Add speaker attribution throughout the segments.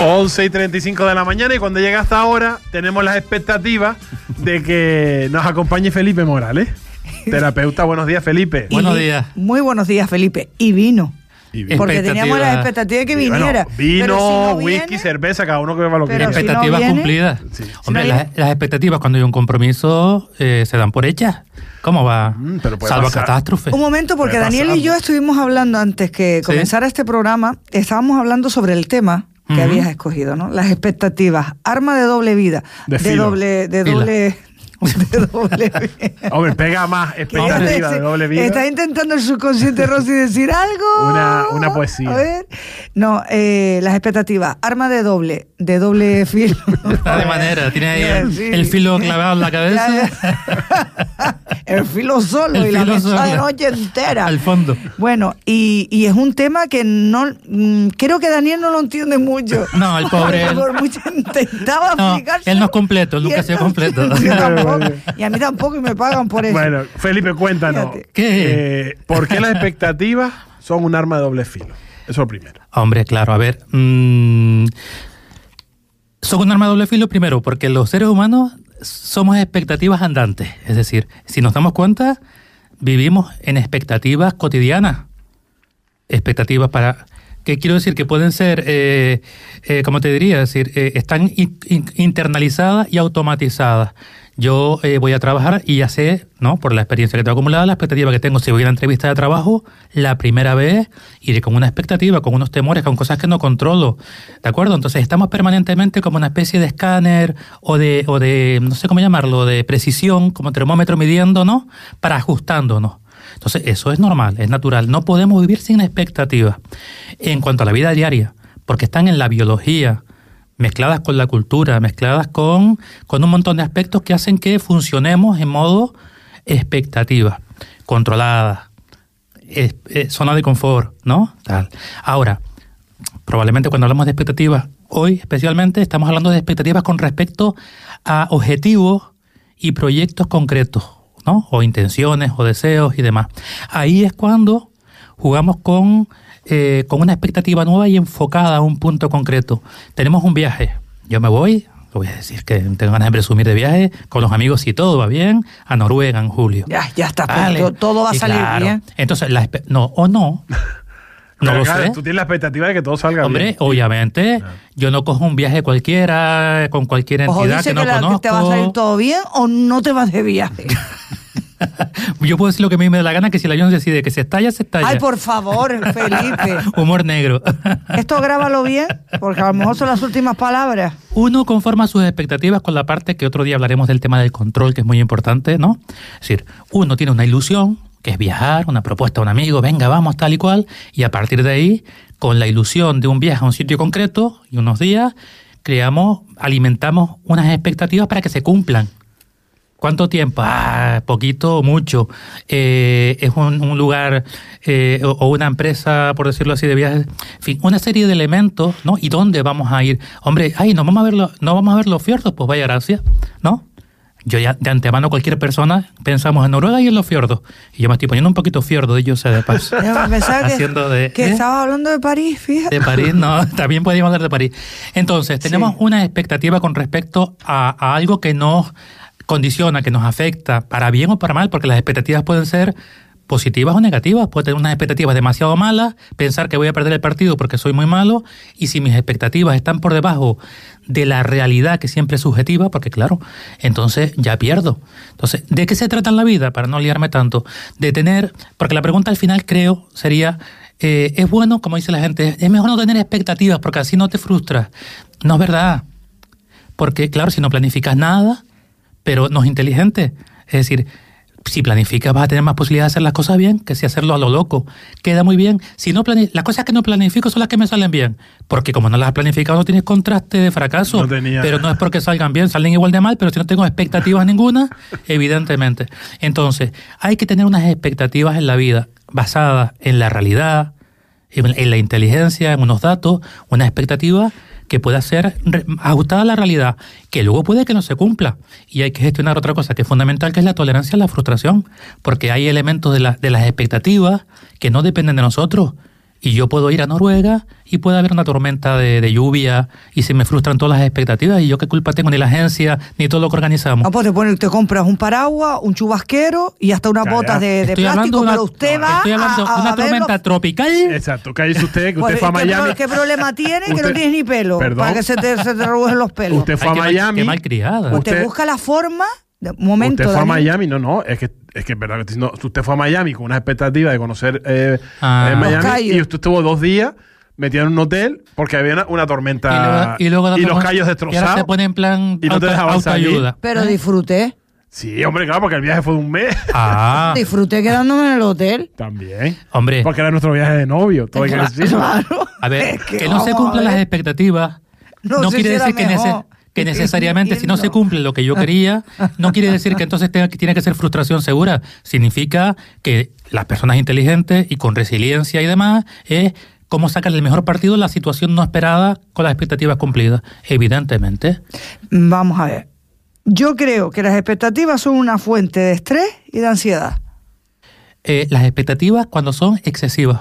Speaker 1: 11 y 35 de la mañana y cuando llega hasta ahora tenemos las expectativas de que nos acompañe Felipe Morales. Terapeuta, buenos días Felipe.
Speaker 2: Y- Buenos días.
Speaker 3: Muy buenos días, Felipe. Y vino.
Speaker 1: Y
Speaker 2: vino.
Speaker 3: Porque teníamos
Speaker 2: Expectativa.
Speaker 3: la expectativa de que
Speaker 1: Sí, bueno,
Speaker 3: viniera.
Speaker 1: vino,
Speaker 3: Pero si no
Speaker 1: whisky,
Speaker 3: viene-
Speaker 1: cerveza, cada uno que beba lo que
Speaker 3: Pero
Speaker 1: quiera.
Speaker 3: si no
Speaker 2: expectativas
Speaker 3: viene-
Speaker 2: cumplidas.
Speaker 1: Sí. Si
Speaker 2: Hombre,
Speaker 3: no
Speaker 2: las, las expectativas cuando hay un compromiso eh, se dan por hechas. ¿Cómo va?
Speaker 1: Mm, pero puede
Speaker 2: Salvo
Speaker 1: pasar.
Speaker 2: catástrofe.
Speaker 3: Un momento, porque
Speaker 1: Puede
Speaker 3: Daniel
Speaker 1: pasar.
Speaker 3: y yo estuvimos hablando antes que
Speaker 2: Sí.
Speaker 3: comenzara este programa, estábamos hablando sobre el tema que
Speaker 2: Ujú.
Speaker 3: habías escogido, ¿no? Las expectativas, arma de doble vida,
Speaker 1: De
Speaker 3: de,
Speaker 1: filo.
Speaker 3: doble, de
Speaker 2: Fila.
Speaker 3: doble, de doble vida.
Speaker 1: Hombre, pega más
Speaker 3: Quería
Speaker 1: expectativa de
Speaker 3: decir,
Speaker 1: doble vida.
Speaker 3: Está intentando el subconsciente Rosy decir algo.
Speaker 1: Una- una poesía.
Speaker 3: A ver. No, eh, las expectativas. Arma de doble, de doble filo.
Speaker 2: Está de manera, tiene ahí el-
Speaker 3: Sí.
Speaker 2: el filo clavado en la cabeza.
Speaker 3: Ya, ya. el filo solo
Speaker 2: El
Speaker 3: y la
Speaker 2: filo
Speaker 3: mesa de
Speaker 2: solo.
Speaker 3: noche entera.
Speaker 2: Al fondo.
Speaker 3: Bueno, y, y es un tema que no mm, creo que Daniel no lo entiende mucho.
Speaker 2: No, el pobre, él-
Speaker 3: Por mucho intentaba
Speaker 2: No,
Speaker 3: explicarse.
Speaker 2: él no es completo, él
Speaker 3: y
Speaker 2: nunca
Speaker 3: él
Speaker 2: ha sido
Speaker 3: no-
Speaker 2: completo.
Speaker 3: Yo tampoco,
Speaker 1: Bueno.
Speaker 3: y a mí tampoco y me pagan por eso.
Speaker 1: Bueno, Felipe, cuéntanos.
Speaker 3: Fíjate.
Speaker 2: ¿Qué?
Speaker 1: eh, ¿Por qué las expectativas son un arma de doble filo? Eso es lo primero.
Speaker 2: Hombre, claro, a ver. mm, son un arma de doble filo primero, porque los seres humanos somos expectativas andantes. Es decir, si nos damos cuenta, vivimos en expectativas cotidianas. Expectativas para. ¿Qué quiero decir? Que pueden ser, eh, eh, como te diría, es decir, eh, están in- in- internalizadas y automatizadas. Yo eh, voy a trabajar y ya sé, ¿no? Por la experiencia que tengo acumulada, la expectativa que tengo, si voy a la entrevista de trabajo, la primera vez iré con una expectativa, con unos temores, con cosas que no controlo. ¿De acuerdo? Entonces estamos permanentemente como una especie de escáner o de, o de no sé cómo llamarlo, de precisión, como termómetro midiéndonos para ajustándonos. Entonces, eso es normal, es natural. No podemos vivir sin expectativas. En cuanto a la vida diaria, porque están en la biología, mezcladas con la cultura, mezcladas con, con un montón de aspectos que hacen que funcionemos en modo expectativa, controlada, es- eh, zona de confort, ¿no? Tal. Ahora, probablemente cuando hablamos de expectativas, hoy especialmente estamos hablando de expectativas con respecto a objetivos y proyectos concretos, ¿no? O intenciones, o deseos y demás. Ahí es cuando jugamos con, eh, con una expectativa nueva y enfocada a un punto concreto. Tenemos un viaje, yo me voy. Voy a decir que tengo ganas de presumir de viaje con los amigos, si todo va bien, a Noruega en julio.
Speaker 3: Ya, ya está, pues,
Speaker 2: Vale.
Speaker 3: to- todo va a
Speaker 2: Y
Speaker 3: salir
Speaker 2: claro,
Speaker 3: bien.
Speaker 2: Entonces, la espe- no, o no. No
Speaker 1: Pero
Speaker 2: lo
Speaker 1: claro,
Speaker 2: sé.
Speaker 1: Tú tienes la expectativa de que todo salga
Speaker 2: Hombre,
Speaker 1: bien.
Speaker 2: obviamente, yo no cojo un viaje cualquiera, con cualquier
Speaker 3: Ojo,
Speaker 2: entidad
Speaker 3: dice
Speaker 2: que
Speaker 3: que,
Speaker 2: no
Speaker 3: la- que
Speaker 2: conozco.
Speaker 3: te va a salir todo bien o no te vas de viaje.
Speaker 2: Yo puedo decir lo que a mí me da la gana, que si el avión decide que se estalla, se estalla.
Speaker 3: Ay, por favor, Felipe.
Speaker 2: Humor negro.
Speaker 3: Esto grábalo bien, porque a lo mejor son las últimas palabras.
Speaker 2: Uno conforma sus expectativas con la parte que otro día hablaremos del tema del control, que es muy importante, ¿no? Es decir, uno tiene una ilusión, que es viajar, una propuesta a un amigo, venga, vamos, tal y cual, y a partir de ahí, con la ilusión de un viaje a un sitio concreto y unos días, creamos, alimentamos unas expectativas para que se cumplan. ¿Cuánto tiempo? Ah, poquito o mucho. Eh, es un, un lugar eh, o, o una empresa, por decirlo así, de viajes. En fin, una serie de elementos, ¿no? ¿Y dónde vamos a ir? Hombre, ay, no vamos a ver, lo- no vamos a ver los fiordos, pues vaya gracia, ¿no? Yo ya de antemano cualquier persona pensamos en Noruega y en los fiordos. Y yo me estoy poniendo un poquito fiordo de ellos, sea de paso.
Speaker 3: Yo pensaba que,
Speaker 2: Haciendo de-
Speaker 3: que
Speaker 2: ¿eh?
Speaker 3: estaba hablando de París, fíjate.
Speaker 2: De París, no, también podríamos hablar de París. Entonces, tenemos
Speaker 3: Sí.
Speaker 2: una expectativa con respecto a, a algo que nos condiciona, que nos afecta, para bien o para mal, porque las expectativas pueden ser positivas o negativas. Puedo tener unas expectativas demasiado malas, pensar que voy a perder el partido porque soy muy malo, y si mis expectativas están por debajo de la realidad que siempre es subjetiva, porque claro, entonces ya pierdo. Entonces, ¿de qué se trata en la vida? Para no liarme tanto. De tener, porque la pregunta al final creo sería, eh, es bueno, como dice la gente, es mejor no tener expectativas porque así no te frustras. No es verdad. Porque, claro, si no planificas nada, pero no es inteligente. Es decir, si planificas vas a tener más posibilidades de hacer las cosas bien que si hacerlo a lo loco. Queda muy bien. Si no plani- las cosas que no planifico son las que me salen bien. Porque como no las has planificado, no tienes contraste de fracaso.
Speaker 1: No tenía.
Speaker 2: Pero no es porque salgan bien, salen igual de mal, pero si no tengo expectativas ninguna, evidentemente. Entonces, hay que tener unas expectativas en la vida basadas en la realidad, en, en la inteligencia, en unos datos, una expectativa que pueda ser re- ajustada a la realidad, que luego puede que no se cumpla. Y hay que gestionar otra cosa que es fundamental, que es la tolerancia a la frustración, porque hay elementos de, la- de las expectativas que no dependen de nosotros. Y yo puedo ir a Noruega y puede haber una tormenta de, de lluvia y se me frustran todas las expectativas y yo qué culpa tengo ni la agencia ni todo lo que organizamos.
Speaker 3: Ah, pues te, pones- te compras un paraguas, un chubasquero y hasta unas
Speaker 1: Ya, ya.
Speaker 3: botas de, de
Speaker 2: Estoy
Speaker 3: plástico,
Speaker 2: hablando de una,
Speaker 3: pero usted va
Speaker 2: estoy hablando
Speaker 3: a, a
Speaker 2: de una
Speaker 3: ver los-
Speaker 2: tormenta tropical.
Speaker 1: Exacto, cállese usted, que
Speaker 3: Pues,
Speaker 1: usted fue a
Speaker 3: ¿qué pro-
Speaker 1: Miami.
Speaker 3: ¿Qué problema tiene que no
Speaker 1: Usted-
Speaker 3: tienes ni pelo?
Speaker 1: Perdón.
Speaker 3: Para que se te, se te rebujen los pelos.
Speaker 1: Usted
Speaker 3: Usted,
Speaker 1: fue a
Speaker 2: Ay, qué mal-
Speaker 1: Miami.
Speaker 2: qué malcriada.
Speaker 1: Usted-
Speaker 3: busca la forma. de- un momento.
Speaker 1: usted fue a
Speaker 3: Daniel.
Speaker 1: Miami, no, no, es que es que es verdad que estoy diciendo, usted fue a Miami con unas expectativas de conocer eh,
Speaker 2: Ah.
Speaker 1: eh, Miami
Speaker 3: Los Cayos.
Speaker 1: y usted estuvo dos días metido en un hotel porque había una, una tormenta
Speaker 2: y luego, y luego la
Speaker 1: los
Speaker 2: tormenta-
Speaker 1: callos
Speaker 2: Y ahora se
Speaker 1: destrozados.
Speaker 2: pone en plan
Speaker 1: y no te
Speaker 2: auto-
Speaker 1: deja avanzar
Speaker 2: autoayuda.
Speaker 3: Pero disfruté.
Speaker 1: Sí, hombre, claro, porque el viaje fue de un mes.
Speaker 2: Ah,
Speaker 3: Disfruté quedándome en el hotel.
Speaker 1: También.
Speaker 2: hombre.
Speaker 1: Porque era nuestro viaje de novio, todo hay que decirlo.
Speaker 3: Claro.
Speaker 2: A ver,
Speaker 3: Es
Speaker 2: que, no
Speaker 3: vamos a
Speaker 2: se cumplan
Speaker 3: ver.
Speaker 2: las expectativamente.
Speaker 3: No
Speaker 2: No,
Speaker 3: sé
Speaker 2: quiere
Speaker 3: si era
Speaker 2: decir que, nece-
Speaker 3: mejor.
Speaker 2: que necesariamente, si no se
Speaker 3: Entiendo.
Speaker 2: cumple lo que yo quería, no quiere decir que entonces tenga, que- tiene que ser frustración segura. Significa que las personas inteligentes y con resiliencia y demás es cómo sacar el mejor partido a la situación no esperada con las expectativas cumplidas. Evidentemente.
Speaker 3: Mm, Vamos a ver. Yo creo que las expectativas son una fuente de estrés y de ansiedad.
Speaker 2: Eh, las expectativas cuando son excesivas,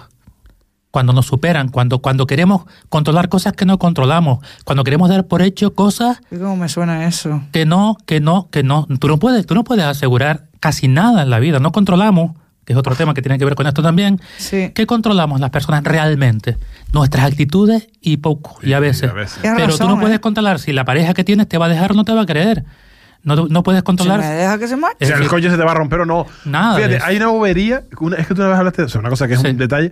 Speaker 2: cuando nos superan, cuando, cuando queremos controlar cosas que no controlamos, cuando queremos dar por hecho cosas
Speaker 3: ¿Y ¿Cómo me suena eso?
Speaker 2: que no, que no, que no. Tú no puedes, tú no puedes asegurar casi nada en la vida. No controlamos, que es otro tema que tiene que ver con esto también.
Speaker 3: Sí.
Speaker 2: ¿Qué controlamos las personas realmente? Nuestras actitudes y poco, y a veces.
Speaker 1: a veces.
Speaker 3: Tienes
Speaker 2: Pero tú
Speaker 3: razón,
Speaker 2: no puedes
Speaker 3: ¿eh?
Speaker 2: controlar si la pareja que tienes te va a dejar o no te va a creer. No, no puedes
Speaker 3: Si
Speaker 2: controlar.
Speaker 3: me deja que se
Speaker 1: O
Speaker 3: marche.
Speaker 1: sea,
Speaker 2: Es
Speaker 1: el
Speaker 2: decir-
Speaker 1: coño se te va a romper o no.
Speaker 2: Nada de
Speaker 1: Fíjate,
Speaker 2: eso.
Speaker 1: hay una bobería. una- es que tú una vez hablaste de eso, una cosa que es
Speaker 2: Sí.
Speaker 1: un detalle.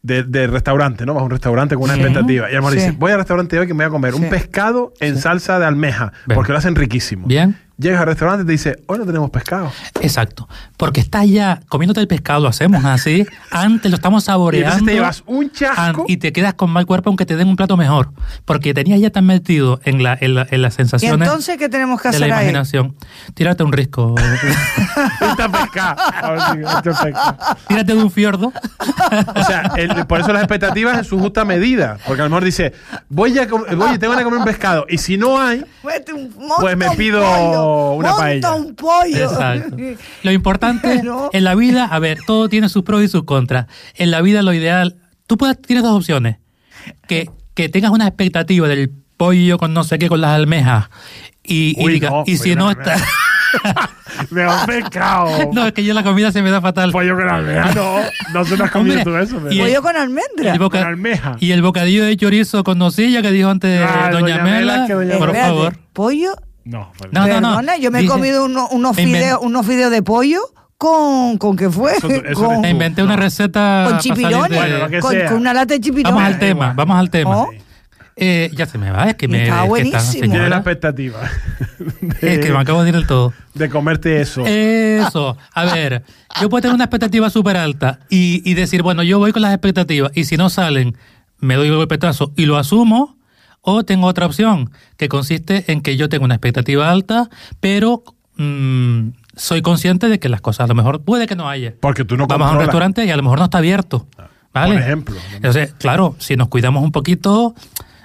Speaker 1: De, de restaurante, ¿no? Vas a un restaurante con una
Speaker 2: Sí.
Speaker 1: expectativa. Y a lo mejor
Speaker 3: Sí.
Speaker 1: dices, voy al restaurante hoy que me voy a comer
Speaker 3: Sí.
Speaker 1: un pescado en salsa de almeja,
Speaker 2: Bien.
Speaker 1: porque lo hacen riquísimo.
Speaker 2: Bien.
Speaker 1: Llegas al restaurante y te dice, hoy no tenemos pescado.
Speaker 2: Exacto. Porque estás ya comiéndote el pescado, lo hacemos así. Antes lo estamos
Speaker 1: Y
Speaker 2: saboreando.
Speaker 1: entonces te llevas un chasco.
Speaker 2: an- Y te quedas con mal cuerpo aunque te den un plato mejor. Porque tenías ya tan metido en, la, en, la- en las
Speaker 3: ¿Y
Speaker 2: sensaciones.
Speaker 3: entonces qué tenemos que
Speaker 2: de la
Speaker 3: hacer ahí?
Speaker 2: imaginación. Tírate un risco.
Speaker 1: Está pescado. A ver si- está pescado.
Speaker 2: Tírate de un fiordo.
Speaker 1: O sea, el- por eso las expectativas en su justa medida. Porque a lo mejor dice, voy a, com- voy, tengo que comer un pescado. Y si no hay,
Speaker 3: Vete un- monta
Speaker 1: Pues me
Speaker 3: un
Speaker 1: pido
Speaker 3: pollo,
Speaker 1: una
Speaker 3: monta
Speaker 1: paella.
Speaker 3: un pollo.
Speaker 2: Exacto. Lo importante
Speaker 3: Pero-
Speaker 2: en la vida, a ver, todo tiene sus pros y sus contras. En la vida lo ideal, tú puedes, tienes dos opciones. Que, que tengas una expectativa del pollo con no sé qué, con las almejas. Y, y
Speaker 1: Uy,
Speaker 2: digas,
Speaker 1: no,
Speaker 2: y si
Speaker 1: pollo
Speaker 2: no
Speaker 1: con
Speaker 2: está...
Speaker 1: me da un pescado.
Speaker 2: no, es que yo la comida se me da fatal.
Speaker 1: Pollo con almeja, no. No se te has comido
Speaker 2: Hombre,
Speaker 1: tú eso,
Speaker 2: y
Speaker 1: pero.
Speaker 3: pollo
Speaker 2: el-
Speaker 3: con
Speaker 2: Y
Speaker 3: almendra.
Speaker 2: el, boca-
Speaker 1: con almeja.
Speaker 2: y el bocadillo de chorizo con nocilla que dijo antes
Speaker 1: Ah,
Speaker 2: doña,
Speaker 1: doña Mela,
Speaker 2: Mela,
Speaker 1: que doña
Speaker 2: por
Speaker 3: Espérate,
Speaker 2: favor.
Speaker 3: Pollo.
Speaker 1: No, pero-
Speaker 2: No, no, no.
Speaker 3: Perdona, yo me he
Speaker 2: Dice-
Speaker 3: comido uno- unos,
Speaker 2: Me inven-
Speaker 3: fideos, unos fideos de pollo con. ¿Con qué fue?
Speaker 1: Eso- eso
Speaker 3: con,
Speaker 1: eres
Speaker 2: Me inventé una
Speaker 1: No.
Speaker 2: receta
Speaker 3: con
Speaker 2: para salir
Speaker 3: chipirones.
Speaker 2: de-
Speaker 1: Bueno, lo que
Speaker 3: con,
Speaker 1: sea.
Speaker 3: con una lata de chipirones.
Speaker 2: Vamos al tema, vamos al tema.
Speaker 3: Oh.
Speaker 2: Eh, ya se me va, es que
Speaker 3: Está
Speaker 2: me, es que esta
Speaker 3: buenísimo.
Speaker 1: Tienes
Speaker 2: señora-
Speaker 1: la expectativa de,
Speaker 2: es que me acabo de ir del todo.
Speaker 1: de comerte eso.
Speaker 2: Eh, Eso, a ver, yo puedo tener una expectativa súper alta y, y decir, bueno, yo voy con las expectativas y si no salen, me doy el golpetazo y lo asumo. O tengo otra opción, que consiste en que yo tengo una expectativa alta, pero mm, soy consciente de que las cosas a lo mejor puede que no haya.
Speaker 1: Porque tú no
Speaker 2: Vamos a un
Speaker 1: controlas.
Speaker 2: restaurante y a lo mejor no está abierto. ¿vale?
Speaker 1: Ah, Por ejemplo.
Speaker 2: Entonces, claro, si nos cuidamos un poquito,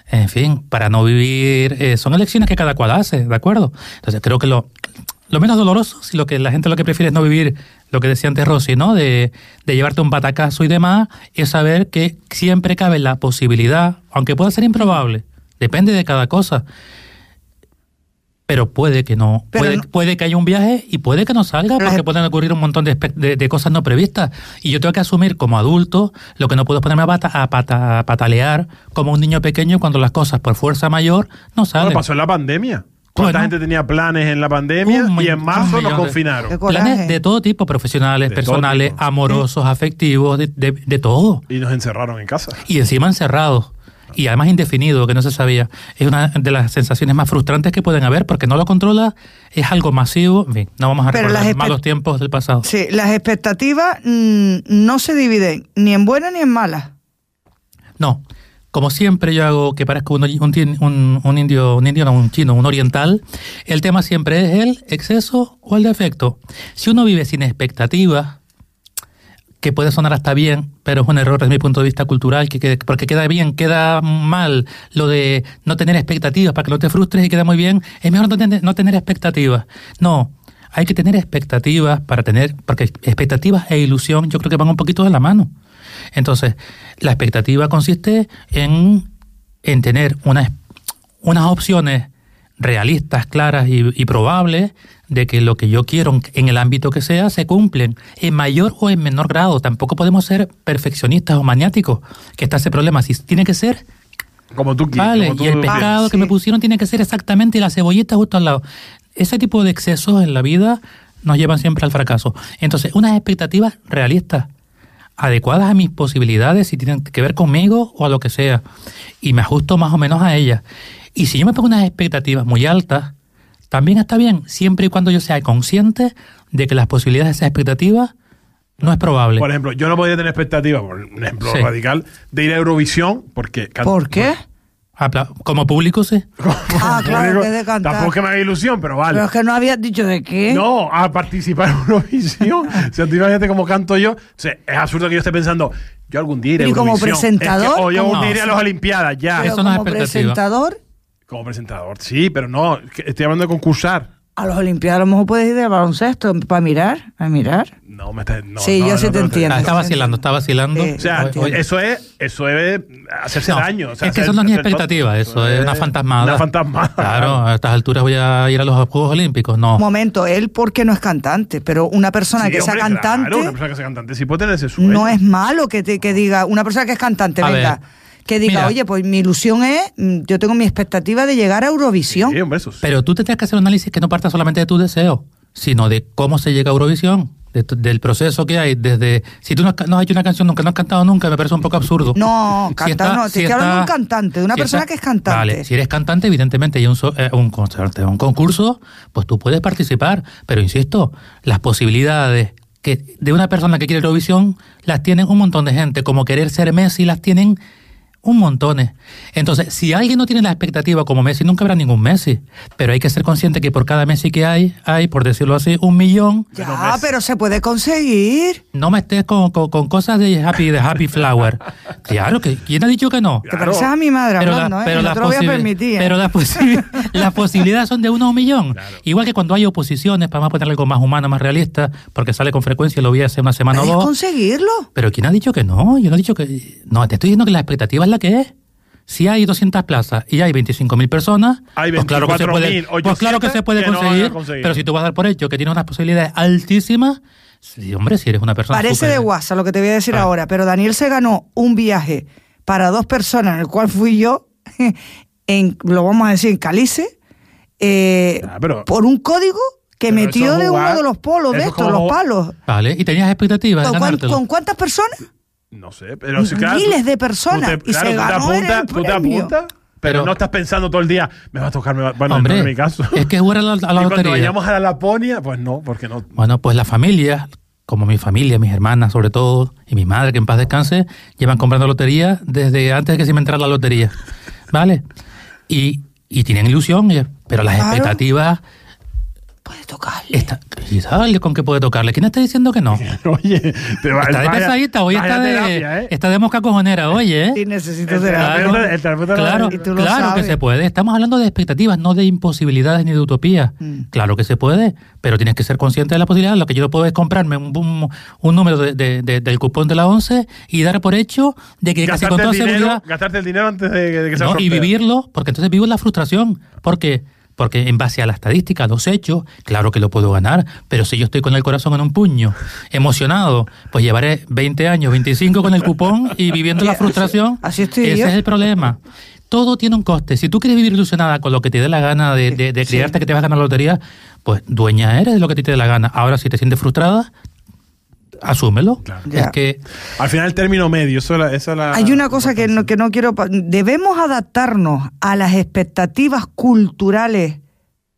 Speaker 2: en fin, para no vivir, eh, son elecciones que cada cual hace, ¿de acuerdo? Entonces, creo que lo, lo menos doloroso, si lo que la gente lo que prefiere es no vivir lo que decía antes Rosy, ¿no? De, de llevarte un batacazo y demás, es saber que siempre cabe la posibilidad, aunque pueda ser improbable, depende de cada cosa. Pero puede que no.
Speaker 3: Pero
Speaker 2: puede,
Speaker 3: no-
Speaker 2: puede que haya un viaje y puede que no salga
Speaker 3: Pero
Speaker 2: porque
Speaker 3: es-
Speaker 2: pueden ocurrir un montón de, espe- de- de cosas no previstas. Y yo tengo que asumir como adulto lo que no puedo es ponerme a, pata- a pata- a patalear como un niño pequeño cuando las cosas por fuerza mayor no
Speaker 1: Bueno,
Speaker 2: salen.
Speaker 1: pasó en la pandemia. ¿Cuánta
Speaker 2: Bueno.
Speaker 1: gente tenía planes en la pandemia?
Speaker 2: Un
Speaker 1: y en
Speaker 2: millón-
Speaker 1: marzo nos
Speaker 2: un millón de-
Speaker 3: Qué
Speaker 1: confinaron.
Speaker 3: coraje.
Speaker 2: Planes de todo tipo, profesionales,
Speaker 1: De todo
Speaker 2: personales,
Speaker 1: tipo.
Speaker 2: amorosos, afectivos, de, de- de todo.
Speaker 1: Y nos encerraron en casa.
Speaker 2: Y encima encerrados. Y además indefinido, que no se sabía. Es una de las sensaciones más frustrantes que pueden haber porque no lo controla, es algo masivo. En fin, no vamos a
Speaker 3: Pero
Speaker 2: recordar
Speaker 3: las espe-
Speaker 2: malos tiempos del pasado.
Speaker 3: Sí, las expectativas mm, no se dividen ni en buenas ni en malas.
Speaker 2: No. Como siempre yo hago que parezca un, un tin- un- un indio, un indio, no, un chino, un oriental, el tema siempre es el exceso o el defecto. Si uno vive sin expectativas, que puede sonar hasta bien, pero es un error desde mi punto de vista cultural, que, que- porque queda bien, queda mal lo de no tener expectativas para que no te frustres y queda muy bien, es mejor no tener, no tener expectativas. No, hay que tener expectativas para tener, porque expectativas e ilusión yo creo que van un poquito de la mano. Entonces, la expectativa consiste en, en tener unas, unas opciones realistas, claras y, y probables de que lo que yo quiero en el ámbito que sea se cumplen en mayor o en menor grado. Tampoco podemos ser perfeccionistas o maniáticos, que está ese problema. Si tiene que ser,
Speaker 1: Como tú quieres.
Speaker 2: Vale,
Speaker 1: como tú
Speaker 2: y el
Speaker 1: quieres.
Speaker 2: pescado que
Speaker 3: Sí.
Speaker 2: me pusieron tiene que ser exactamente la cebollita justo al lado. Ese tipo de excesos en la vida nos llevan siempre al fracaso. Entonces, unas expectativas realistas, adecuadas a mis posibilidades, si tienen que ver conmigo o a lo que sea, y me ajusto más o menos a ellas. Y si yo me pongo unas expectativas muy altas, también está bien, siempre y cuando yo sea consciente de que las posibilidades de esas expectativas no es probable.
Speaker 1: Por e- ejemplo, yo no podría tener expectativa, por un ejemplo
Speaker 2: Sí.
Speaker 1: radical, de ir a Eurovisión porque... can-
Speaker 3: ¿Por qué?
Speaker 2: Apla- Como público, sí.
Speaker 3: Ah, claro,
Speaker 1: Digo,
Speaker 3: que es de cantar.
Speaker 1: Tampoco es que me haga ilusión, pero vale.
Speaker 3: Pero es que no habías dicho de qué.
Speaker 1: No, a participar en Eurovisión. o sea, tú imagínate cómo canto yo. O sea, es absurdo que yo esté pensando, yo algún día iré a
Speaker 3: ¿Y como
Speaker 1: Eurovisión.
Speaker 3: presentador?
Speaker 1: Es que- o yo algún
Speaker 2: ¿Cómo?
Speaker 1: día iré a las Olimpiadas, ya.
Speaker 3: Pero
Speaker 2: eso no es
Speaker 3: como
Speaker 2: expectativa.
Speaker 3: presentador,
Speaker 1: Como presentador, sí, pero no, que estoy hablando de concursar.
Speaker 3: a los Olimpiadas a lo mejor puedes ir de baloncesto para mirar, a mirar.
Speaker 1: No, me está, no,
Speaker 3: Sí,
Speaker 1: no,
Speaker 3: yo
Speaker 1: no,
Speaker 3: sí
Speaker 1: no,
Speaker 3: te
Speaker 1: no,
Speaker 3: entiendo.
Speaker 2: Ah, está vacilando, está vacilando.
Speaker 3: Eh,
Speaker 1: O sea,
Speaker 2: Hoy- hoy-
Speaker 1: eso es, eso es hacerse
Speaker 2: No,
Speaker 1: daño. o sea,
Speaker 2: es que
Speaker 1: hacer-
Speaker 2: eso no es ni
Speaker 1: hacer-
Speaker 2: expectativa, eso es una fantasmada.
Speaker 1: Una fantasmada.
Speaker 2: Claro, a estas alturas voy a ir a los Juegos Olímpicos. No,
Speaker 3: Momento, él porque no es cantante, pero una persona
Speaker 1: Sí,
Speaker 3: que sea
Speaker 1: hombre,
Speaker 3: cantante
Speaker 1: Claro, una persona que sea cantante sí puede tener ese sueño.
Speaker 3: no es malo que, te- que diga, una persona que es cantante,
Speaker 2: A
Speaker 3: venga,
Speaker 2: ver.
Speaker 3: que diga,
Speaker 2: Mira.
Speaker 3: oye, pues mi ilusión es, mm, yo tengo mi expectativa de llegar a Eurovisión.
Speaker 1: Sí, hombre, eso sí.
Speaker 2: pero tú tendrías que hacer un análisis que no parta solamente de tus deseos, sino de cómo se llega a Eurovisión, de tu- del proceso que hay. desde Si tú no has, ca- no has hecho una canción nunca, no has cantado nunca, me parece un poco absurdo.
Speaker 3: No,
Speaker 2: Si
Speaker 3: cantado
Speaker 2: está-
Speaker 3: no, te estoy hablando de un cantante, de una persona que es cantante.
Speaker 2: Vale, si eres cantante, evidentemente hay un, so- eh, un concierto, un concurso, pues tú puedes participar, pero insisto, las posibilidades que de una persona que quiere Eurovisión las tienen un montón de gente, como querer ser Messi las tienen un montón. eh. Entonces, si alguien no tiene la expectativa como Messi, nunca habrá ningún Messi, pero hay que ser consciente que por cada Messi que hay, hay, por decirlo así, un millón.
Speaker 1: Pero
Speaker 3: Ya,
Speaker 1: Messi-
Speaker 3: pero se puede conseguir.
Speaker 2: No me estés con, con- con cosas de happy, de happy flower. Claro, que ¿quién ha dicho que no?
Speaker 3: Te
Speaker 1: Claro.
Speaker 3: pareces a mi madre
Speaker 2: pero
Speaker 3: hablando,
Speaker 2: la-
Speaker 3: ¿eh?
Speaker 2: pero
Speaker 3: no
Speaker 2: las
Speaker 3: te lo voy a
Speaker 2: posibil-
Speaker 3: permitir. ¿eh?
Speaker 2: pero las posi- las posibilidades son de uno a un millón. Igual que cuando hay oposiciones, para más ponerle algo más humano, más realista, porque sale con frecuencia, lo vi hace una semana o
Speaker 3: ¿Puedes
Speaker 2: dos.
Speaker 1: Ah,
Speaker 3: conseguirlo?
Speaker 2: Pero ¿quién ha dicho que no? Yo no he dicho que... No, te estoy diciendo que la expectativa es la que es. Si hay 200 plazas y hay 25.000 personas,
Speaker 1: Hay
Speaker 2: pues claro que se puede,
Speaker 1: 24.800
Speaker 2: pues claro que se puede
Speaker 1: que no van a
Speaker 2: conseguir,
Speaker 1: conseguir.
Speaker 2: Pero si tú vas a dar por hecho que tiene unas posibilidades altísimas, sí, hombre, si eres una persona...
Speaker 3: Parece
Speaker 2: súper-
Speaker 1: pues,
Speaker 3: de guasa lo que te voy a decir
Speaker 2: Ah.
Speaker 3: ahora, pero Daniel se ganó un viaje para dos personas, en el cual fui yo, en, lo vamos a decir, en Calice, eh,
Speaker 1: Ah, pero-
Speaker 3: por un código que
Speaker 1: Pero eso
Speaker 3: metió
Speaker 1: es
Speaker 3: de
Speaker 1: jugar-
Speaker 3: uno de los polos, de
Speaker 1: eso es
Speaker 3: estos,
Speaker 1: como
Speaker 3: los
Speaker 1: jugar-
Speaker 3: palos.
Speaker 2: Vale, y tenías expectativas de
Speaker 3: ¿Con, cuán-
Speaker 2: ganártelo.
Speaker 3: con cuántas personas?
Speaker 1: No sé, pero si, claro,
Speaker 3: Miles
Speaker 1: tú-
Speaker 3: de personas,
Speaker 1: tú te-
Speaker 3: y
Speaker 1: claro,
Speaker 3: se
Speaker 1: tú te
Speaker 3: ganó en el
Speaker 1: apuntas, tú te
Speaker 3: premio.
Speaker 1: apuntas, pero,
Speaker 2: Pero-
Speaker 1: no estás pensando todo el día, me va a tocar, me va bueno,
Speaker 2: Hombre,
Speaker 1: no en mi caso.
Speaker 2: es que jugar a la, a la
Speaker 1: y cuando
Speaker 2: lotería.
Speaker 1: vayamos a la Laponia, pues no, porque no.
Speaker 2: Bueno, pues la familia, como mi familia, mis hermanas sobre todo, y mi madre que en paz descanse, llevan comprando lotería desde antes de que se inventara la lotería. ¿Vale? Y, y tienen ilusión, y- pero las
Speaker 3: Claro.
Speaker 2: expectativas...
Speaker 3: Puede tocarle.
Speaker 2: Está, ¿Y sabe con qué puede tocarle? ¿Quién está diciendo que no?
Speaker 1: Oye, te va
Speaker 2: Está de
Speaker 1: vaya-
Speaker 2: pesadita, hoy
Speaker 1: vaya
Speaker 2: está de,
Speaker 1: terapia, ¿eh?
Speaker 2: está de mosca cojonera, oye. ¿eh?
Speaker 3: Y necesito
Speaker 1: Entre la-
Speaker 3: terapia.
Speaker 1: terapeuta- el terapeuta lo
Speaker 2: claro,
Speaker 1: sabe. Y
Speaker 3: tú lo
Speaker 2: claro
Speaker 3: sabes.
Speaker 2: que se puede. Estamos hablando de expectativas, no de imposibilidades ni de utopías.
Speaker 1: Mm.
Speaker 2: Claro que se puede, pero tienes que ser consciente de la posibilidad. Lo que yo puedo es comprarme un, un- un número de- de- de- del cupón de la 11 y dar por hecho de que casi con
Speaker 1: Gastarte
Speaker 2: toda
Speaker 1: el, dinero,
Speaker 2: seguridad
Speaker 1: gastarte el dinero antes de, que- de que se
Speaker 2: no, y vivirlo, porque entonces vivo en la frustración. ¿Por qué? Porque en base a la estadística, a los hechos, claro que lo puedo ganar, pero si yo estoy con el corazón en un puño, emocionado, pues llevaré 20 años, 25 con el cupón y viviendo la
Speaker 3: Así-
Speaker 2: frustración.
Speaker 3: así estoy
Speaker 2: Ese
Speaker 3: yo.
Speaker 2: es el problema. Todo tiene un coste. Si tú quieres vivir ilusionada con lo que te dé la gana de, de, de
Speaker 3: Sí.
Speaker 2: creerte que te vas a ganar la lotería, pues dueña eres de lo que a ti te dé la gana. Ahora, si te sientes frustrada, asúmelo.
Speaker 1: Claro.
Speaker 2: Es
Speaker 3: Ya.
Speaker 2: que
Speaker 1: Al final el término medio, eso la, eso la
Speaker 3: Hay una cosa que no, que no quiero... pa- Debemos adaptarnos a las expectativas culturales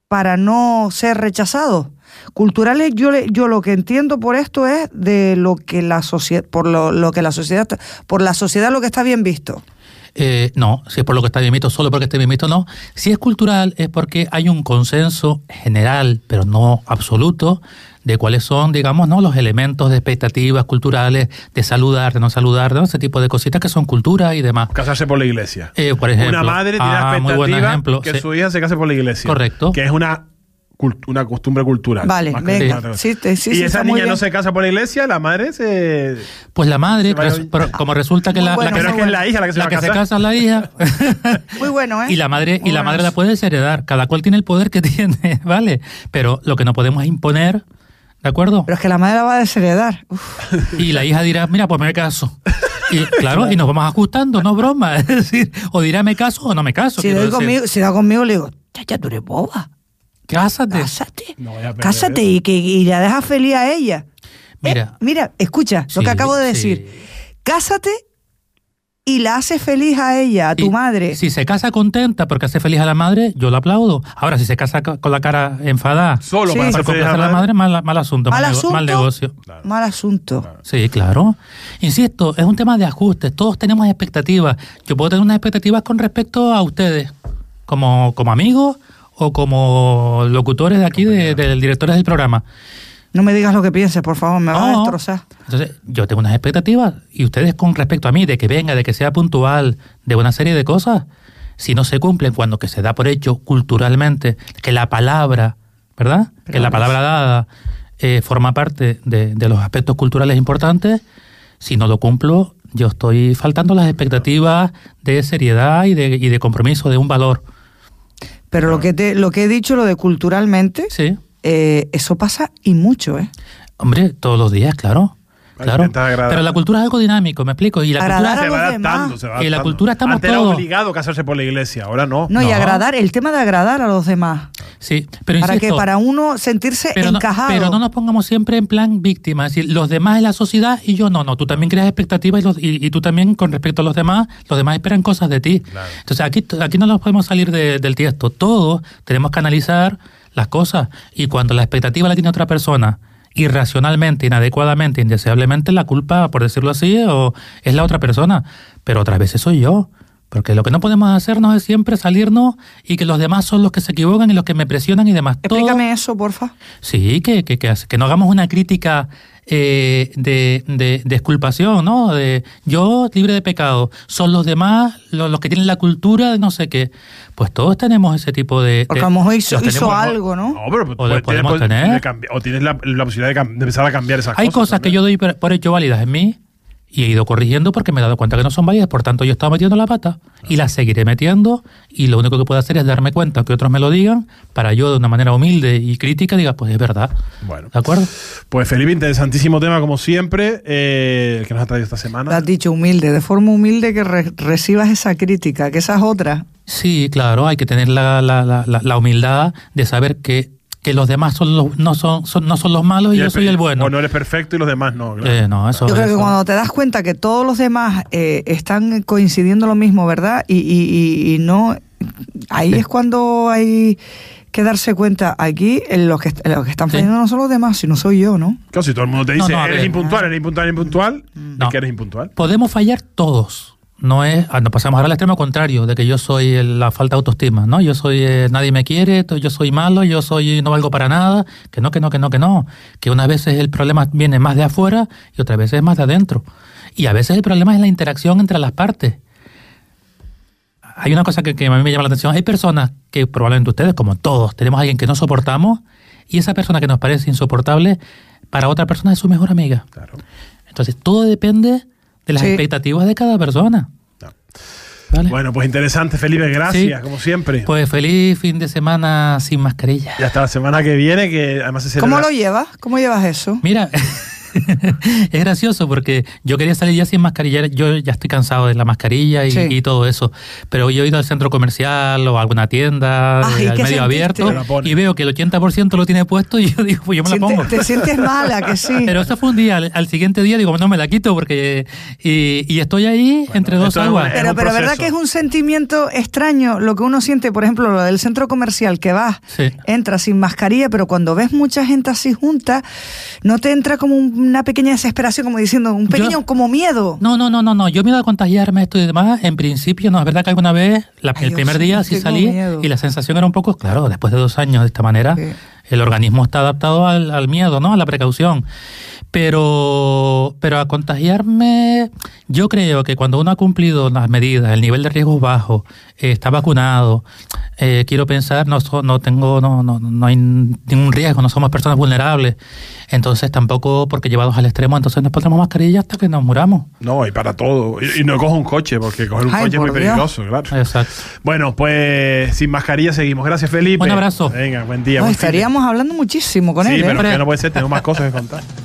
Speaker 3: para no ser rechazados. Culturales, yo, le- yo lo que entiendo por esto es de lo que la sociedad, por lo, lo que la sociedad, por la sociedad lo que está bien visto.
Speaker 2: Eh, no, si es por lo que está bien visto, solo porque esté bien visto, no. Si es cultural, es porque hay un consenso general, pero no absoluto, de cuáles son, digamos, ¿no? los elementos de expectativas culturales, de saludar, de no saludar, ¿no? ese tipo de cositas que son cultura y demás.
Speaker 1: casarse por la iglesia.
Speaker 2: Eh, por ejemplo,
Speaker 1: una madre tiene
Speaker 2: ah,
Speaker 1: la
Speaker 2: muy buen
Speaker 1: expectativa
Speaker 2: ejemplo,
Speaker 1: que
Speaker 2: sí.
Speaker 1: su hija se case por la iglesia.
Speaker 2: Correcto.
Speaker 1: Que es una cult- una costumbre cultural.
Speaker 3: Vale,
Speaker 1: más que
Speaker 3: venga.
Speaker 1: otra cosa.
Speaker 3: Sí, te- sí,
Speaker 1: y
Speaker 3: sí,
Speaker 1: esa
Speaker 3: está muy
Speaker 1: niña no
Speaker 3: bien.
Speaker 1: se casa por la iglesia, la madre se.
Speaker 2: Pues la madre,
Speaker 1: Sí, bueno,
Speaker 2: res- pero como resulta que
Speaker 3: muy
Speaker 2: la, la
Speaker 3: bueno,
Speaker 2: que,
Speaker 1: Pero
Speaker 2: se,
Speaker 1: es que es la hija la que se
Speaker 2: la
Speaker 1: va
Speaker 2: que
Speaker 1: a
Speaker 2: se
Speaker 1: casar.
Speaker 2: casa es la hija.
Speaker 3: Muy bueno, ¿eh?
Speaker 2: Y la madre, y
Speaker 3: Muy
Speaker 2: la madre la
Speaker 3: buenos.
Speaker 2: puedes heredar, cada cual tiene el poder que tiene, ¿vale? Pero lo que no podemos es imponer, ¿de acuerdo?
Speaker 3: Pero es que la madre la va a desheredar. Uf.
Speaker 2: Y la hija dirá, mira, pues me caso. Y claro, y nos vamos ajustando, no broma. Es decir, o dirá me caso o no me caso.
Speaker 3: Si,
Speaker 2: quiero
Speaker 3: doy
Speaker 2: decir.
Speaker 3: conmigo, si da conmigo, le digo, chacha, tú eres boba.
Speaker 2: Cásate.
Speaker 3: Ah, Cásate.
Speaker 1: No voy a perder
Speaker 3: Cásate
Speaker 1: eso.
Speaker 3: y, que, y la dejas feliz a ella.
Speaker 2: Mira.
Speaker 3: Eh, mira, escucha lo
Speaker 2: Sí,
Speaker 3: que acabo de
Speaker 2: sí.
Speaker 3: decir. Cásate y la haces feliz a ella, a tu
Speaker 2: Y
Speaker 3: madre.
Speaker 2: Si se casa contenta porque hace feliz a la madre, yo la aplaudo. Ahora, si se casa ca- con la cara enfadada,
Speaker 1: Solo
Speaker 3: Sí.
Speaker 1: para
Speaker 2: para
Speaker 1: hacer feliz
Speaker 2: complacer a la madre, mal, mal asunto,
Speaker 3: Mal
Speaker 2: mal, nego- mal
Speaker 3: asunto.
Speaker 2: negocio.
Speaker 1: Claro.
Speaker 3: Mal asunto.
Speaker 2: Sí, claro. Insisto, es un tema de ajustes. Todos tenemos expectativas. Yo puedo tener unas expectativas con respecto a ustedes, como, como amigos o como locutores de aquí, de, de directores del programa.
Speaker 3: No me digas lo que pienses, por favor, me va a
Speaker 2: No.
Speaker 3: destrozar.
Speaker 2: Entonces, yo tengo unas expectativas y ustedes con respecto a mí, de que venga, de que sea puntual, de una serie de cosas, si no se cumplen cuando que se da por hecho culturalmente, que la palabra, ¿verdad? que la palabra dada eh, forma parte de, de los aspectos culturales importantes, si no lo cumplo, yo estoy faltando a las expectativas de seriedad y de, y de compromiso, de un valor.
Speaker 3: Pero lo que te, lo que he dicho, lo de culturalmente,
Speaker 2: Sí,
Speaker 3: eh, eso pasa y mucho, ¿eh?
Speaker 2: hombre, todos los días, claro.
Speaker 1: Hay que
Speaker 2: Claro.
Speaker 1: intentar agradar.
Speaker 2: Pero la cultura es algo dinámico, me explico. Y la
Speaker 3: Agradar a
Speaker 2: cultura
Speaker 1: Se
Speaker 3: los
Speaker 1: va
Speaker 3: demás.
Speaker 1: adaptando, se va
Speaker 2: En la
Speaker 1: adaptando.
Speaker 2: cultura estamos
Speaker 1: Antes era
Speaker 2: todos.
Speaker 1: obligado a casarse por la iglesia, ahora no.
Speaker 3: No, y
Speaker 2: No.
Speaker 3: agradar, el tema de agradar a los demás.
Speaker 2: Sí, pero
Speaker 3: para que
Speaker 2: insisto,
Speaker 3: para uno sentirse
Speaker 2: pero no,
Speaker 3: encajado.
Speaker 2: pero no nos pongamos siempre en plan víctima. Es decir, los demás es la sociedad y yo no, no. Tú también creas expectativas y, los- y- y tú también con respecto a los demás, los demás esperan cosas de ti.
Speaker 1: Claro.
Speaker 2: Entonces aquí, t- aquí no nos podemos salir de- del tiesto. Todos tenemos que analizar las cosas y cuando la expectativa la tiene otra persona irracionalmente, inadecuadamente, indeseablemente, la culpa, por decirlo así, o es la otra persona. Pero otras veces soy yo. Porque lo que no podemos hacernos es siempre salirnos y que los demás son los que se equivocan y los que me presionan y demás. Todo-
Speaker 3: Explícame eso, porfa.
Speaker 2: Sí, que, que, que, hace- que no hagamos una crítica eh, de, de, de exculpación, ¿no? De yo libre de pecado, son los demás lo- los que tienen la cultura de no sé qué. Pues todos tenemos ese tipo de...
Speaker 3: Porque
Speaker 2: de-
Speaker 3: a lo mejor hizo,
Speaker 2: los
Speaker 3: hizo
Speaker 2: tenemos-
Speaker 3: algo, ¿no?
Speaker 1: No, pero
Speaker 2: O
Speaker 1: puedes
Speaker 2: lo podemos
Speaker 1: pos-
Speaker 2: tener.
Speaker 1: de cambi- o tienes la, la posibilidad de, cam- de empezar a cambiar esas
Speaker 2: Hay cosas que
Speaker 1: también.
Speaker 2: yo doy por por hecho válidas en mí y he ido corrigiendo porque me he dado cuenta que no son válidas, por tanto yo estaba metiendo la pata y la seguiré metiendo y lo único que puedo hacer es darme cuenta que otros me lo digan para yo de una manera humilde y crítica diga, pues es verdad.
Speaker 1: Bueno.
Speaker 2: ¿De acuerdo?
Speaker 1: Pues Felipe, interesantísimo tema como siempre, eh, el que nos ha traído esta semana.
Speaker 3: Lo has dicho humilde, de forma humilde que re- recibas esa crítica, que esa es otra.
Speaker 2: Sí, claro, hay que tener la, la, la, la- la humildad de saber que, que los demás son los, no, son, son- no son los malos y, yo soy el bueno.
Speaker 1: O no eres perfecto y los demás no. claro.
Speaker 2: Eh, no, eso
Speaker 3: Yo creo que
Speaker 2: eso-
Speaker 3: cuando te das cuenta que todos los demás eh, están coincidiendo lo mismo, ¿verdad? Y, y- y- y no. Ahí
Speaker 2: Sí.
Speaker 3: es cuando hay que darse cuenta. Aquí eh, los que, los que están
Speaker 2: Sí.
Speaker 3: fallando no son los demás, sino soy yo, ¿no?
Speaker 1: Claro, si todo el mundo te
Speaker 2: No,
Speaker 1: dice,
Speaker 2: no, a
Speaker 1: eres
Speaker 2: ver.
Speaker 1: impuntual, eres impuntual, eres impuntual,
Speaker 3: Mm.
Speaker 2: No.
Speaker 1: es que eres impuntual.
Speaker 2: Podemos fallar todos. No es, ah, no pasamos ahora al extremo contrario, de que yo soy el- la falta de autoestima, ¿no? Yo soy, eh, nadie me quiere, to- yo soy malo, yo soy, no valgo para nada, que no, que no, que no, que no. Que unas veces el problema viene más de afuera y otras veces más de adentro. Y a veces el problema es la interacción entre las partes. Hay una cosa que, que a mí me llama la atención. Hay personas que probablemente ustedes, como todos, tenemos a alguien que no soportamos y esa persona que nos parece insoportable, para otra persona es su mejor amiga.
Speaker 1: Claro.
Speaker 2: Entonces, todo depende de las
Speaker 3: Sí.
Speaker 2: expectativas de cada persona.
Speaker 1: No.
Speaker 2: ¿vale?
Speaker 1: Bueno, pues interesante, Felipe, gracias,
Speaker 2: Sí.
Speaker 1: como siempre.
Speaker 2: Pues feliz fin de semana sin mascarilla.
Speaker 1: y hasta la semana que viene, que además se celebra.
Speaker 3: ¿Cómo lo llevas? ¿Cómo llevas eso?
Speaker 2: Mira, es gracioso porque yo quería salir ya sin mascarilla. Yo ya estoy cansado de la mascarilla y,
Speaker 3: Sí.
Speaker 2: y todo eso. Pero yo he ido al centro comercial o a alguna tienda
Speaker 3: Ah, ¿y
Speaker 2: eh, al
Speaker 3: qué
Speaker 2: medio
Speaker 3: sentiste?
Speaker 2: abierto
Speaker 1: Te la pones.
Speaker 2: y veo que el 80% lo tiene puesto y yo digo, pues yo me la
Speaker 3: Siente-
Speaker 2: pongo.
Speaker 3: te sientes mala, que sí.
Speaker 2: Pero eso fue un día. Al, al siguiente día digo, no me la quito porque. Y, y estoy ahí entre dos
Speaker 1: esto es
Speaker 2: aguas.
Speaker 1: una-
Speaker 3: Pero,
Speaker 1: un
Speaker 3: pero verdad
Speaker 1: proceso.
Speaker 3: que es un sentimiento extraño lo que uno siente, por ejemplo, lo del centro comercial que vas,
Speaker 2: Sí.
Speaker 3: entras sin mascarilla, pero cuando ves mucha gente así junta, no te entra como un- una pequeña desesperación, como diciendo, un pequeño
Speaker 2: Yo-
Speaker 3: como miedo.
Speaker 2: No, no, no, no, no. Yo miedo a contagiarme esto y demás. En principio, no. Es verdad que alguna vez, la-
Speaker 3: Ay,
Speaker 2: el
Speaker 3: yo
Speaker 2: primer
Speaker 3: sí
Speaker 2: día sí
Speaker 3: tengo
Speaker 2: salí
Speaker 3: miedo.
Speaker 2: y la sensación era un poco, claro, después de dos años de esta manera,
Speaker 3: Sí.
Speaker 2: el organismo está adaptado al, al miedo, ¿no? A la precaución. Pero, pero a contagiarme, yo creo que cuando uno ha cumplido las medidas, el nivel de riesgo es bajo, eh, está vacunado, eh, quiero pensar, no, so- no tengo, no, no, no hay ningún riesgo, no somos personas vulnerables. Entonces tampoco, porque llevados al extremo, entonces nos pondremos mascarilla hasta que nos muramos.
Speaker 1: No, y para todo. Y, y no cojo un coche, porque coger un
Speaker 3: Ay,
Speaker 1: coche es muy
Speaker 3: por Dios.
Speaker 1: peligroso, claro.
Speaker 2: Exacto.
Speaker 1: Bueno, pues sin mascarilla seguimos. Gracias, Felipe.
Speaker 2: Un abrazo.
Speaker 1: Venga, buen día.
Speaker 3: No,
Speaker 1: buen fin de-
Speaker 3: estaríamos hablando muchísimo con
Speaker 1: sí,
Speaker 3: él. ¿eh?
Speaker 1: pero es que
Speaker 2: Hombre.
Speaker 1: no puede ser, tengo más cosas que contar.